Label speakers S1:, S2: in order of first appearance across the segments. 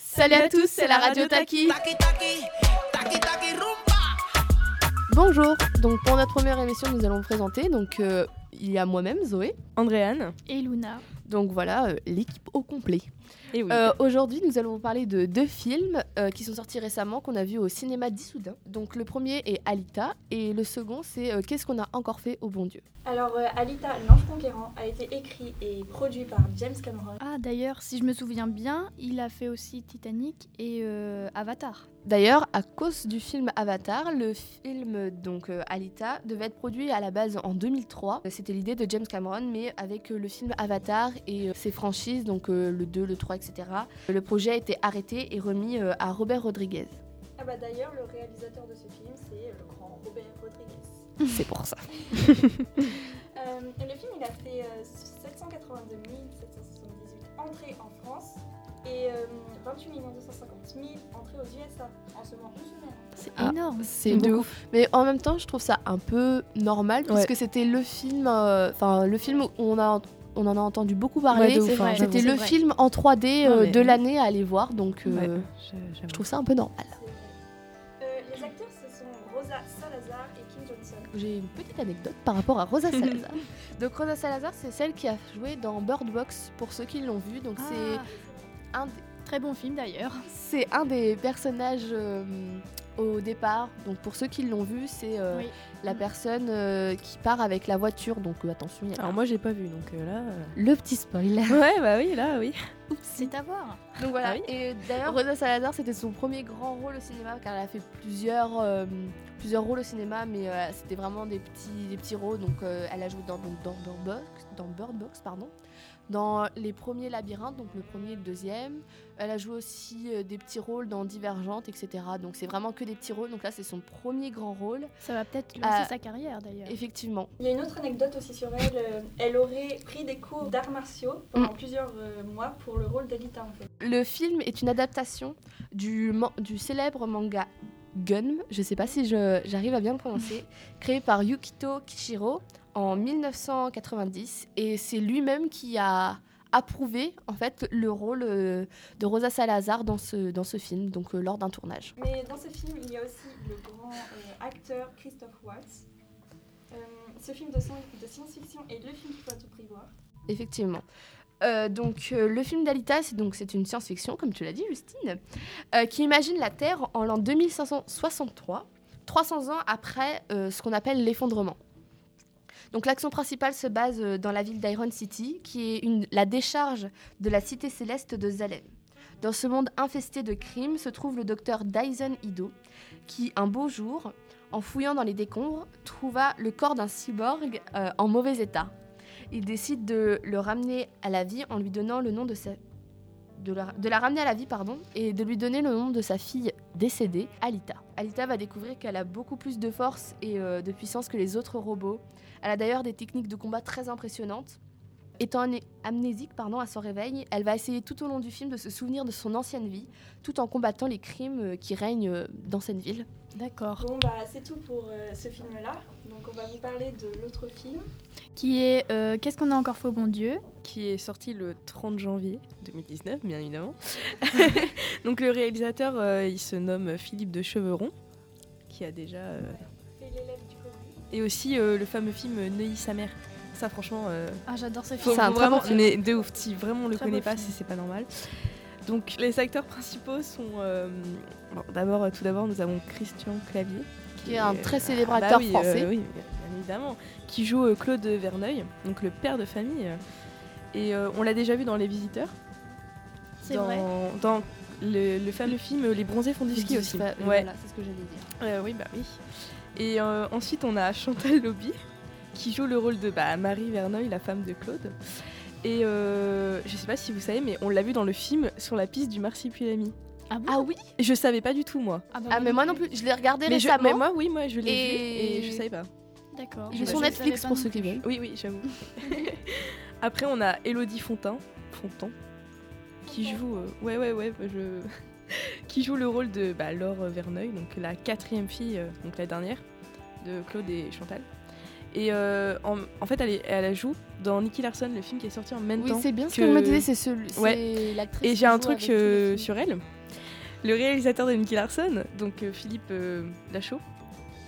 S1: Salut à tous, c'est la radio Taki.
S2: Taki taki, taki taki rumba.
S1: Bonjour. Donc pour notre première émission, nous allons vous présenter. Donc euh, il y a moi-même Zoé.
S3: Andréane.
S4: et Luna.
S1: Donc voilà euh, l'équipe au complet.
S3: Et Eh oui.
S1: Euh, Aujourd'hui, nous allons vous parler de deux films euh, qui sont sortis récemment qu'on a vus au cinéma d'Issoudun. Donc le premier est Alita et le second c'est euh, Qu'est-ce qu'on a encore fait au bon Dieu.
S5: Alors, euh, Alita, l'ange conquérant, a été écrit et produit par James Cameron.
S4: Ah d'ailleurs, si je me souviens bien, il a fait aussi Titanic et euh, Avatar.
S1: D'ailleurs, à cause du film Avatar, le film donc euh, Alita devait être produit à la base en 2003. Euh, C'était l'idée de James Cameron, mais avec euh, le film Avatar et euh, ses franchises, donc euh, le 2, le 3, etc., le projet a été arrêté et remis euh, à Robert Rodriguez.
S5: Ah bah d'ailleurs, le réalisateur de ce film, c'est le grand Robert Rodriguez.
S1: C'est pour ça.
S5: Euh, le film, il a fait euh, 782 778 entrées en France et euh, 28 250 000 entrées aux USA en seulement une semaine.
S4: C'est
S1: Ah.
S4: énorme.
S1: C'est de ouf. Mais en même temps, je trouve ça un peu normal
S3: Ouais.
S1: puisque c'était le film, euh, enfin le film où on a on en a entendu beaucoup parler.
S3: de ouf,
S4: c'est
S3: hein,
S4: vrai.
S3: j'avoue.
S1: C'était
S4: c'est
S1: le
S4: vrai.
S1: film en 3D euh,
S3: Ouais, mais-
S1: de l'année à aller voir, donc euh,
S3: Ouais,
S1: je trouve ça un peu normal.
S5: C'est vrai. Euh, les acteurs, ce sont Rosa Salazar et Kim Johnson.
S1: J'ai une petite anecdote par rapport à Rosa Salazar. donc Rosa Salazar, c'est celle qui a joué dans Bird Box pour ceux qui l'ont vu. Donc
S4: Ah,
S1: c'est un, des-
S4: très bon film d'ailleurs.
S1: c'est un des personnages euh, au départ. Donc pour ceux qui l'ont vu, c'est euh,
S4: Oui.
S1: la personne euh, qui part avec la voiture. Donc euh, attention, il y a
S3: Alors moi j'ai pas vu donc euh, là. euh.
S4: Ah.
S1: le petit spoil.
S3: Ouais bah oui là oui.
S4: C'est à voir.
S1: Donc voilà.
S3: Ah oui.
S1: Et d'ailleurs, Rosa Salazar, c'était son premier grand rôle au cinéma car elle a fait plusieurs, euh, plusieurs rôles au cinéma, mais euh, c'était vraiment des petits, des petits rôles. Donc euh, elle a joué dans, donc, dans Bird Box, dans Bird Box, pardon, dans les premiers labyrinthes, donc le premier et le deuxième. Elle a joué aussi euh, des petits rôles dans Divergente, etc. Donc c'est vraiment que des petits rôles. Donc là, c'est son premier grand rôle,
S4: Ça va peut-être lancer
S1: Ah.
S4: sa carrière d'ailleurs.
S1: effectivement.
S5: Il y a une autre anecdote aussi sur elle. euh, elle aurait pris des cours d'arts martiaux pendant plusieurs euh, mois pour le rôle d'Alita en fait.
S1: Le film est une adaptation du, man- du célèbre manga Gun, je sais pas si je- j'arrive à bien le prononcer, créé par Yukito Kishiro en 1990. Et c'est lui-même qui a approuvé en fait le rôle euh, de Rosa Salazar dans ce, dans ce film, donc euh, lors d'un tournage.
S5: Mais dans ce film, il y a aussi le grand euh, acteur Christophe Watts. Euh, ce film de, sci- de science-fiction est le film qu'il faut à tout prix voir.
S1: Effectivement. Euh, donc euh, le film d'Alita, c'est donc c'est une science-fiction, comme tu l'as dit Justine, euh, qui imagine la Terre en l'an 2563, 300 ans après euh, ce qu'on appelle l'effondrement. Donc l'action principale se base euh, dans la ville d'Iron City, qui est une- la décharge de la cité céleste de Zalem. Dans ce monde infesté de crimes se trouve le docteur Dyson Ido, qui un beau jour, en fouillant dans les décombres, trouva le corps d'un cyborg euh, en mauvais état. Il décide de le ramener à la vie en lui donnant le nom de sa... De la, de la ramener à la vie, pardon, et de lui donner le nom de sa fille décédée, Alita. Alita va découvrir qu'elle a beaucoup plus de force et euh, de puissance que les autres robots. Elle a d'ailleurs des techniques de combat très impressionnantes. Étant ané- amnésique pardon, à son réveil, elle va essayer tout au long du film de se souvenir de son ancienne vie, tout en combattant les crimes euh, qui règnent euh, dans cette ville.
S4: D'accord.
S5: Bon, bah, c'est tout pour euh, ce film-là. Donc, on va vous parler de l'autre film.
S4: Qui est euh, Qu'est-ce qu'on a encore fait au bon Dieu
S3: Qui est sorti le 30 janvier 2019 bien évidemment. donc le réalisateur euh, il se nomme Philippe de Cheveron qui a déjà euh,
S5: Et l'élève du cocu.
S3: et aussi euh, le fameux film Neuilly sa mère. Ça franchement euh,
S4: Ah j'adore ce
S3: Faut
S4: film.
S1: C'est un
S3: faut
S1: très
S3: vraiment,
S1: bon film.
S3: mais de ouf, si vraiment on le
S4: Très
S3: connaît
S4: beau
S3: pas,
S4: film.
S3: c'est c'est pas normal. Donc les acteurs principaux sont euh, bon, d'abord euh, tout d'abord nous avons Christian Clavier
S1: Qui est un très célèbre
S3: Ah bah
S1: acteur
S3: oui, euh,
S1: français.
S3: oui, bien évidemment, qui joue euh, Claude Verneuil, donc le père de famille et euh, on l'a déjà vu dans Les Visiteurs,
S4: C'est
S3: dans,
S4: vrai.
S3: dans le, le fameux film euh, Les Bronzés font du ski aussi.
S1: Voilà,
S3: Ouais.
S1: c'est ce que j'allais dire.
S3: Euh, oui, bah oui. Et euh, ensuite, on a Chantal Lobby, qui joue le rôle de bah, Marie Verneuil, la femme de Claude. Et euh, je sais pas si vous savez, mais on l'a vu dans le film Sur la piste du marsupilami.
S4: Ah bon
S1: Ah oui
S3: Et Je savais pas du tout, moi.
S4: bah
S1: Ah
S4: oui,
S1: mais moi non plus, je l'ai regardé
S3: Mais, je-
S1: récemment.
S3: mais moi, oui, moi, je l'ai
S1: Et-
S3: vu et je savais pas.
S4: D'accord.
S1: Il est
S3: Bah,
S1: sur
S3: je
S1: Netflix pour ceux
S4: ce
S1: qui veulent.
S3: Oui, oui, j'avoue. Après, on a Elodie Fontin, Fontan, qui joue, euh, ouais, ouais, ouais, bah, je, qui joue le rôle de bah, Laure Verneuil, donc la quatrième fille, euh, donc la dernière de Claude et Chantal. Et euh, en, en fait, elle, est- elle joue dans Nicky Larson, le film qui est sorti en même
S1: Oui,
S3: temps.
S1: c'est bien ce
S3: que-
S1: que je me disais, c'est celui.
S3: Ouais.
S1: c'est l'actrice
S3: Et
S1: qui
S3: j'ai un
S1: joue
S3: truc
S1: avec tous les
S3: euh,
S1: films.
S3: sur elle. Le réalisateur de Nicky Larson, donc euh, Philippe euh, Lachaud,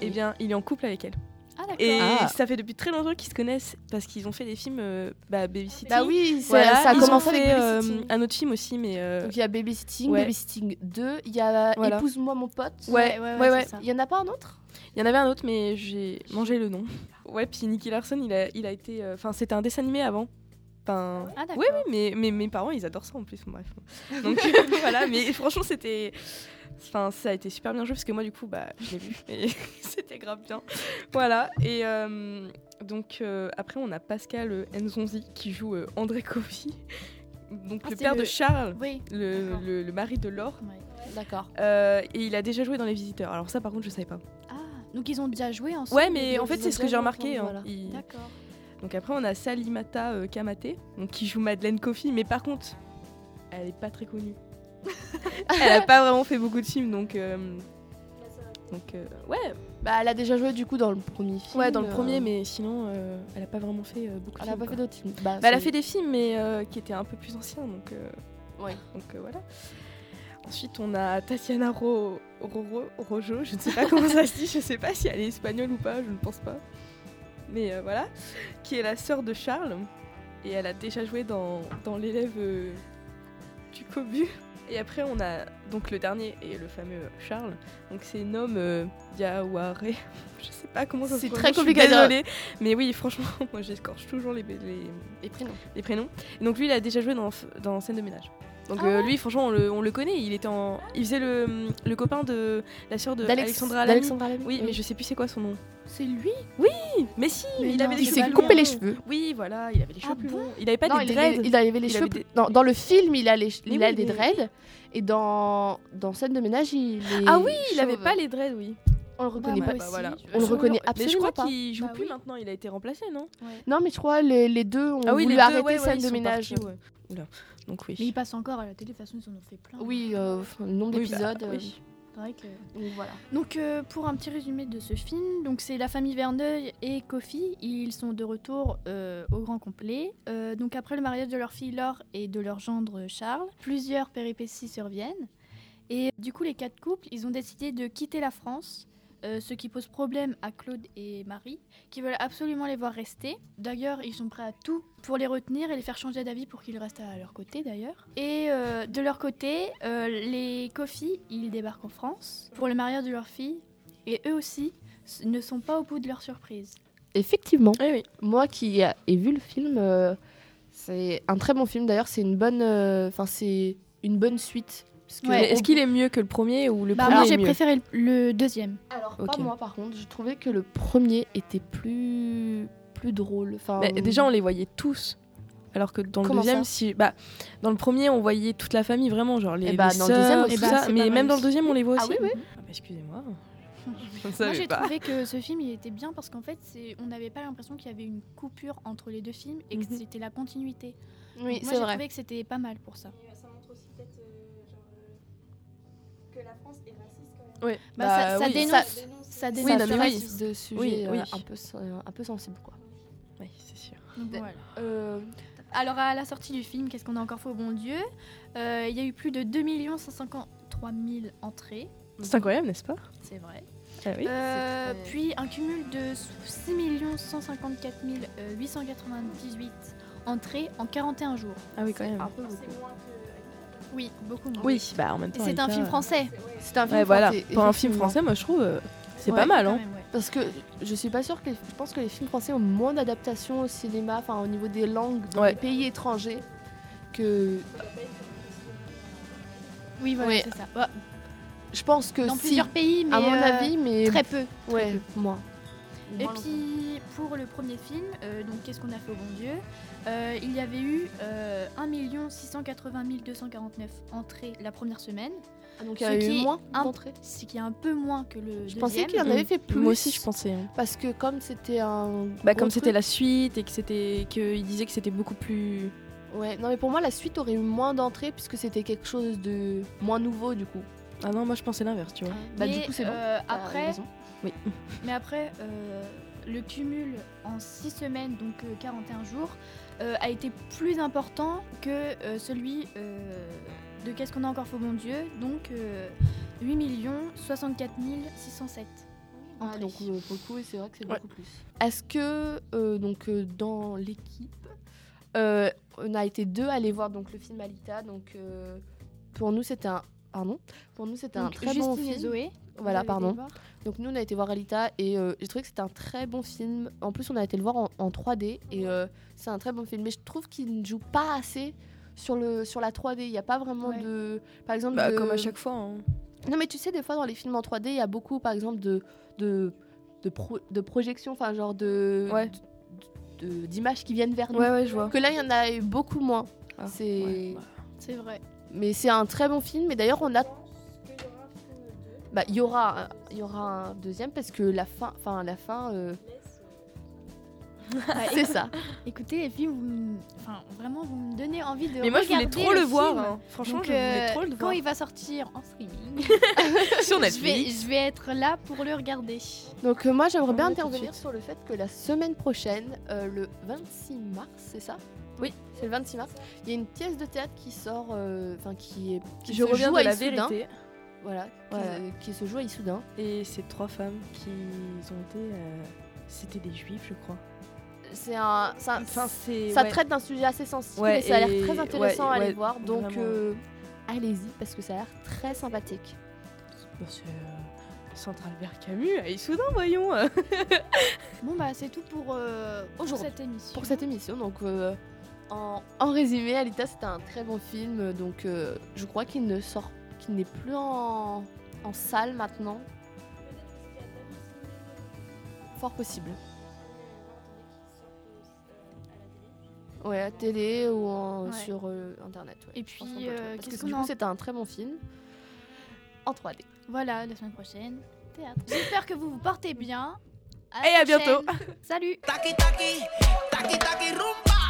S3: eh bien, il est en couple avec elle.
S4: Ah, d'accord.
S3: Et
S1: Ah.
S3: ça fait depuis très longtemps qu'ils se connaissent parce qu'ils ont fait des films euh, bah, Babysitting.
S1: Bah oui, ça-
S3: Voilà,
S1: ça a
S3: ils ont
S1: commencé
S3: fait,
S1: avec
S3: euh,
S1: Babysitting.
S3: un autre film aussi, mais euh,
S1: Donc il y a Babysitting,
S3: Ouais.
S1: Babysitting 2, il y a
S3: Voilà.
S1: Épouse-moi mon pote.
S4: Ouais, ouais, ouais,
S1: ouais.
S4: c'est
S1: ouais.
S4: ça.
S1: Il y en a pas un autre
S3: il y en avait un autre, mais j'ai mangé le nom. Ouais, puis Nicky Larson, il a, il a été. euh, Enfin, c'était un dessin animé avant. Enfin,
S4: Ah, d'accord.
S3: Ouais, ouais, mais, mais mes parents, ils adorent ça en plus. Bref. Donc euh, voilà, mais franchement, c'était. Enfin, ça a été super bien joué parce que moi, du coup, bah, je l'ai vu et c'était grave bien. Voilà, et euh, donc euh, après, on a Pascal euh, Nzonzi qui joue euh, André Kofi, donc
S4: Ah,
S3: le
S4: c'est
S3: père de
S4: le-
S3: Charles,
S4: Oui.
S3: le,
S4: d'accord.
S3: le- le mari de Laure.
S4: Ouais.
S1: D'accord.
S3: Euh, et il a déjà joué dans Les Visiteurs. Alors, ça, par contre, je savais pas.
S4: Ah, donc ils ont déjà joué ensemble.
S3: Ouais, mais
S4: les
S3: en
S4: deux,
S3: fait,
S4: ils
S3: c'est
S4: ont
S3: ce que
S4: déjà
S3: j'ai
S4: joué
S3: remarqué.
S4: ensemble,
S3: hein.
S4: voilà.
S3: Il-
S4: D'accord.
S3: Donc après on a Salimata euh, Kamate, donc qui joue Madeleine Coffey, mais par contre, elle est pas très connue. elle a pas vraiment fait beaucoup de films, donc euh,
S5: Là, ça-
S3: donc euh, ouais,
S1: Bah elle a déjà joué du coup dans le premier film.
S3: ouais dans le
S1: euh,
S3: premier, mais sinon euh, elle a pas vraiment fait euh, beaucoup de
S1: Elle a
S3: films.
S1: pas
S3: quoi.
S1: fait d'autres films. Bah,
S3: Bah, elle a
S1: c'est-
S3: fait des films, mais euh, qui étaient un peu plus anciens, donc euh,
S1: Ouais.
S3: donc euh, voilà. Ensuite on a Tatiana Ro- Roro- Rojo, je ne sais pas comment ça se dit, je sais pas si elle est espagnole ou pas, je ne pense pas, mais euh, voilà, qui est la sœur de Charles. et elle a déjà joué dans, dans l'élève euh, du Cobu. Et après, on a donc le dernier et le fameux Charles. Donc, c'est un homme euh, Diaware. Je sais pas comment ça se
S1: C'est
S3: prononce,
S1: très
S3: je suis
S1: compliqué à dire.
S3: Désolée. Mais oui, franchement, moi j'escorche toujours les, les,
S1: Les prénoms.
S3: les prénoms. Et donc, lui, il a déjà joué dans, F- dans Scène de ménage. Donc,
S4: Ah
S3: euh, lui, franchement, on le, on le connaît. Il, était en, il faisait le, le copain de la sœur de
S1: D'Alex-
S3: Alexandra Lamy.
S1: d'Alexandra Lamy.
S3: Oui, mais je sais plus c'est quoi son nom.
S4: C'est lui
S3: Mais si,
S4: Mais
S3: il
S4: non,
S3: avait des
S1: Il
S3: cheveux
S1: s'est
S3: plus
S1: coupé
S3: longs.
S1: les cheveux.
S3: Oui, voilà, il avait les cheveux
S4: Ah
S3: plus
S4: bon
S3: longs. Il avait pas
S1: Non,
S3: des
S1: il,
S3: dreads.
S1: avait, il avait les
S3: Il
S1: cheveux.
S3: avait des-
S1: Non, dans le film, il a, les, che-
S3: Mais
S1: il a
S3: oui,
S1: des
S3: mais-
S1: dreads. Et dans, dans Scène de ménage, il est.
S3: Ah oui, il
S1: chauve.
S3: avait pas les dreads, oui.
S1: On le reconnaît
S4: Bah,
S1: pas.
S4: moi aussi,
S3: voilà.
S4: je-
S1: On le
S4: je-
S1: reconnaît
S3: Mais je
S1: absolument
S3: crois
S1: pas.
S3: qu'il joue
S4: Bah
S3: plus
S4: oui.
S3: maintenant, il a été remplacé, non
S1: Non, mais je crois les, les deux ont voulu
S3: Ah les deux,
S1: arrêter
S3: ouais, ouais,
S1: Scène
S3: ils
S1: de
S3: sont
S1: ménage.
S3: partis, ouais. Oula. Donc
S4: Mais
S3: oui.
S4: il passe encore à la télé, de toute façon, ils en ont fait plein.
S1: Oui, euh, enfin, le nombre
S3: Oui, bah,
S1: d'épisodes. euh,
S3: oui.
S4: C'est vrai que-
S1: donc voilà.
S4: Donc, euh, pour un petit résumé de ce film, donc c'est la famille Verneuil et Kofi. Ils sont de retour euh, au grand complet. Euh, donc, après le mariage de leur fille Laure et de leur gendre euh, Charles, plusieurs péripéties surviennent. Et du coup, les quatre couples, ils ont décidé de quitter la France. euh, ce qui pose problème à Claude et Marie, qui veulent absolument les voir rester. D'ailleurs, ils sont prêts à tout pour les retenir et les faire changer d'avis pour qu'ils restent à leur côté, d'ailleurs. Et euh, de leur côté, euh, les Kofi, ils débarquent en France pour le mariage de leur fille, et eux aussi s- ne sont pas au bout de leur surprise.
S1: Effectivement.
S3: Oui, oui.
S1: Moi qui a- ai vu le film, euh, c'est un très bon film. D'ailleurs, c'est une bonne, euh, enfin c'est une bonne suite. Parce que-
S4: Ouais.
S3: Mais Est-ce qu'il est mieux que le premier ou le
S4: Bah,
S3: premier
S4: moi,
S3: est
S4: j'ai
S3: mieux
S4: préféré le, le deuxième.
S1: Alors
S3: Ok.
S1: pas moi par contre. Je trouvais que le premier était plus plus drôle. Enfin
S3: Mais Bah, Déjà, on les voyait tous. Alors que dans le
S1: Oh Comment
S3: deuxième,
S1: ça
S3: si bah dans le premier, on voyait toute la famille vraiment, genre les,
S1: Eh bah,
S3: les
S1: dans le deuxième
S3: sœurs,
S1: aussi,
S3: tout
S4: bah,
S3: ça.
S4: c'est
S3: Mais
S4: pas
S3: même
S4: mal
S3: dans le deuxième, on les voit
S1: Ah
S3: aussi.
S1: oui, oui.
S3: Ah bah, excusez-moi. Je ne
S4: Moi,
S3: savais
S4: j'ai
S3: pas.
S4: trouvé que ce film, il était bien parce qu'en fait, c'est- on n'avait pas l'impression qu'il y avait une coupure entre les deux films et que
S3: Mhm.
S4: c'était la continuité.
S1: oui
S4: Donc moi,
S1: c'est
S4: j'ai
S1: vrai.
S4: trouvé que c'était pas mal pour ça.
S5: Et, euh, ça montre aussi peut-être euh, genre, euh, que la France est raciste quand même.
S3: Ouais.
S4: Bah, ça- ça
S3: oui.
S4: dénonce-
S5: Ça dénonce.
S4: ça
S5: euh,
S4: dénonce.
S1: Oui,
S3: Oui,
S1: ça
S3: non, mais
S1: reste
S3: oui.
S1: de sujets
S3: Oui,
S1: euh,
S3: oui.
S1: un peu sen- un peu sensibles quoi.
S3: Oui, c'est sûr.
S4: Donc,
S1: D'a-
S4: voilà.
S1: Euh,
S4: Alors à la sortie du film, qu'est-ce qu'on a encore fait au bon Dieu Euh, Il y a eu plus de 2 553 000 entrées,
S3: C'est incroyable, n'est-ce pas
S4: c'est vrai.
S3: Ah oui.
S4: Euh,
S1: c'est très-
S4: Puis un cumul de 6 154 898 entrées en 41 jours.
S3: Ah oui, quand même.
S1: un peu beaucoup.
S5: C'est moins que. euh,
S4: Oui, beaucoup moins.
S3: Oui, bah en même
S4: Et
S3: temps.
S4: c'est un
S3: Rita,
S4: film français.
S5: C'est- ouais.
S1: C'est un film
S3: Ouais, voilà.
S1: français,
S3: Pour un film
S1: effectivement.
S3: français, moi, je trouve, euh, c'est
S4: Ouais,
S3: pas mal,
S4: quand
S3: hein.
S4: même, ouais.
S1: Parce que je suis pas sûre que je pense que les films français ont moins d'adaptation au cinéma, enfin au niveau des langues dans
S3: Ouais.
S1: les pays étrangers que
S4: Oui, voilà,
S1: Oui.
S4: c'est ça. Bah,
S1: je pense que
S4: dans
S1: si
S4: plusieurs pays, mais
S1: à mon
S4: euh,
S1: avis mais
S4: très peu.
S1: ouais moins.
S4: Et
S1: Moins
S4: puis pour le premier film, euh, donc qu'est-ce qu'on a fait au bon Dieu Euh, Il y avait eu euh, 1 680 249 entrées la première semaine,
S1: Ah, donc il y a
S4: ce
S1: eu
S4: qui est
S1: moins
S4: un-
S1: d'entrées.
S4: ce qui est un peu moins que le
S1: Je
S4: deuxième.
S1: pensais qu'il y en avait fait plus.
S3: Moi aussi, je pensais. hein.
S1: Parce que comme c'était un.
S3: Bah,
S1: gros
S3: comme c'était
S1: truc-
S3: la suite et que c'était qu'il disait que c'était beaucoup plus
S1: Ouais, non mais pour moi la suite aurait eu moins d'entrées puisque c'était quelque chose de moins nouveau du coup.
S3: Ah non, moi je pensais l'inverse, tu vois.
S1: Bah,
S4: Euh, Mais,
S1: du coup, c'est bon.
S4: euh,
S1: T'as
S4: après,
S1: raison.
S4: mais après, euh, le cumul en 6 semaines, donc euh, 41 jours, euh, a été plus important que euh, celui euh, de Qu'est-ce qu'on a encore faux bon Dieu, donc euh, 8 64 607.
S1: Ah,
S4: entrées.
S1: donc euh, pour le coup, oui, c'est vrai que c'est
S3: Ouais.
S1: beaucoup plus. Est-ce que euh, donc euh, dans l'équipe, euh, on a été deux à aller voir donc le film Alita. Donc euh, pour nous c'était un pardon. Pour nous c'était un
S4: Donc,
S1: très
S4: Justine
S1: bon
S4: et
S1: film.
S4: Zoé. euh,
S1: Voilà,
S4: vous avez été
S1: pardon.
S4: voir.
S1: Donc nous on a été voir Alita et euh, j'ai trouvé que c'était un très bon film. En plus on a été le voir en, en 3D et euh, c'est un très bon film. Mais je trouve qu'il ne joue pas assez sur le sur la 3D. Il n'y a pas vraiment
S4: Ouais.
S1: de par exemple
S3: Bah,
S1: de-
S3: Comme à chaque fois. hein.
S1: non, mais tu sais, des fois dans les films en 3D, il y a beaucoup, par exemple, de, de, de, pro- de projections, enfin, genre de.
S3: Ouais.
S1: de- de- d'images qui viennent vers nous.
S3: Ouais, ouais, je vois.
S1: Que là, il y en a eu beaucoup moins.
S3: Ah,
S1: c'est...
S3: ouais, bah.
S4: C'est vrai.
S1: Mais c'est un très bon film. Et d'ailleurs, on a.
S5: Je pense qu'il y aura un film 2.
S1: Bah, il y aura, un- il y aura un deuxième parce que la fin. Enfin, la fin. euh,
S5: Laisse, euh,
S1: c'est ça.
S4: Écoutez, et puis, vous me- enfin, vraiment, vous me donnez envie de
S3: Mais moi, je voulais
S4: regarder
S3: trop le, voir.
S4: film.
S3: hein. Franchement,
S4: Donc,
S3: je voulais
S4: euh,
S3: trop le
S4: Quand
S3: voir.
S4: il va sortir en streaming,
S3: Sur
S4: je, vais,
S3: Netflix.
S4: je vais être là pour le regarder.
S1: Donc, euh, moi, j'aimerais bien
S3: Ouais, tout de
S1: intervenir sur le fait que la semaine prochaine, euh, le 26 mars, c'est ça Oui, c'est le 26 mars. Il y a une pièce de théâtre qui sort. euh, Enfin, qui est. Qui
S3: Je
S1: se
S3: reviens
S1: joue
S3: de
S1: à
S3: la
S1: Issoudun.
S3: vérité.
S1: Voilà,
S3: Voilà.
S1: Qui, qui se joue à Issoudun.
S3: Et ces trois femmes qui ont été. euh, C'était des juifs, je crois.
S1: C'est un, ça,
S3: Enfin, c'est.
S1: Ah, ça
S3: ouais.
S1: traite d'un sujet assez sensible
S3: Ouais,
S1: et ça a
S3: et-
S1: l'air très intéressant
S3: ouais,
S1: à aller
S3: ouais,
S1: voir. Donc
S3: vraiment.
S1: euh, allez-y parce que ça a l'air très sympathique.
S3: Bah, c'est. euh, Central Albert Camus à Issoudun, voyons. euh.
S4: Bon, bah, c'est tout pour, euh, pour
S1: Aujourd'hui.
S4: cette émission.
S1: Pour cette émission, donc euh, en, en résumé, Alita c'était un très bon film. Donc euh, je crois qu'il ne sort, qu'il n'est plus en, en salle maintenant.
S5: peut-être parce qu'il y a tellement de films,
S1: Fort possible.
S5: euh, attendez qu'ils sortent, euh, à
S1: Ouais, à télé
S5: la télé.
S1: ou en-
S4: Ouais.
S1: sur euh, internet. ouais.
S4: Et
S1: Je
S4: puis,
S1: pense qu'on peut le trouver.
S4: euh,
S1: parce
S4: qu'est-ce
S1: que
S4: qu'on
S1: du
S4: a
S1: coup
S4: en-
S1: c'était un très bon film en 3D.
S4: Voilà, la semaine prochaine, théâtre. J'espère que vous vous portez bien. la
S3: Et à
S4: prochaine.
S3: bientôt.
S4: Salut
S2: Taki taki, taki taki rumba.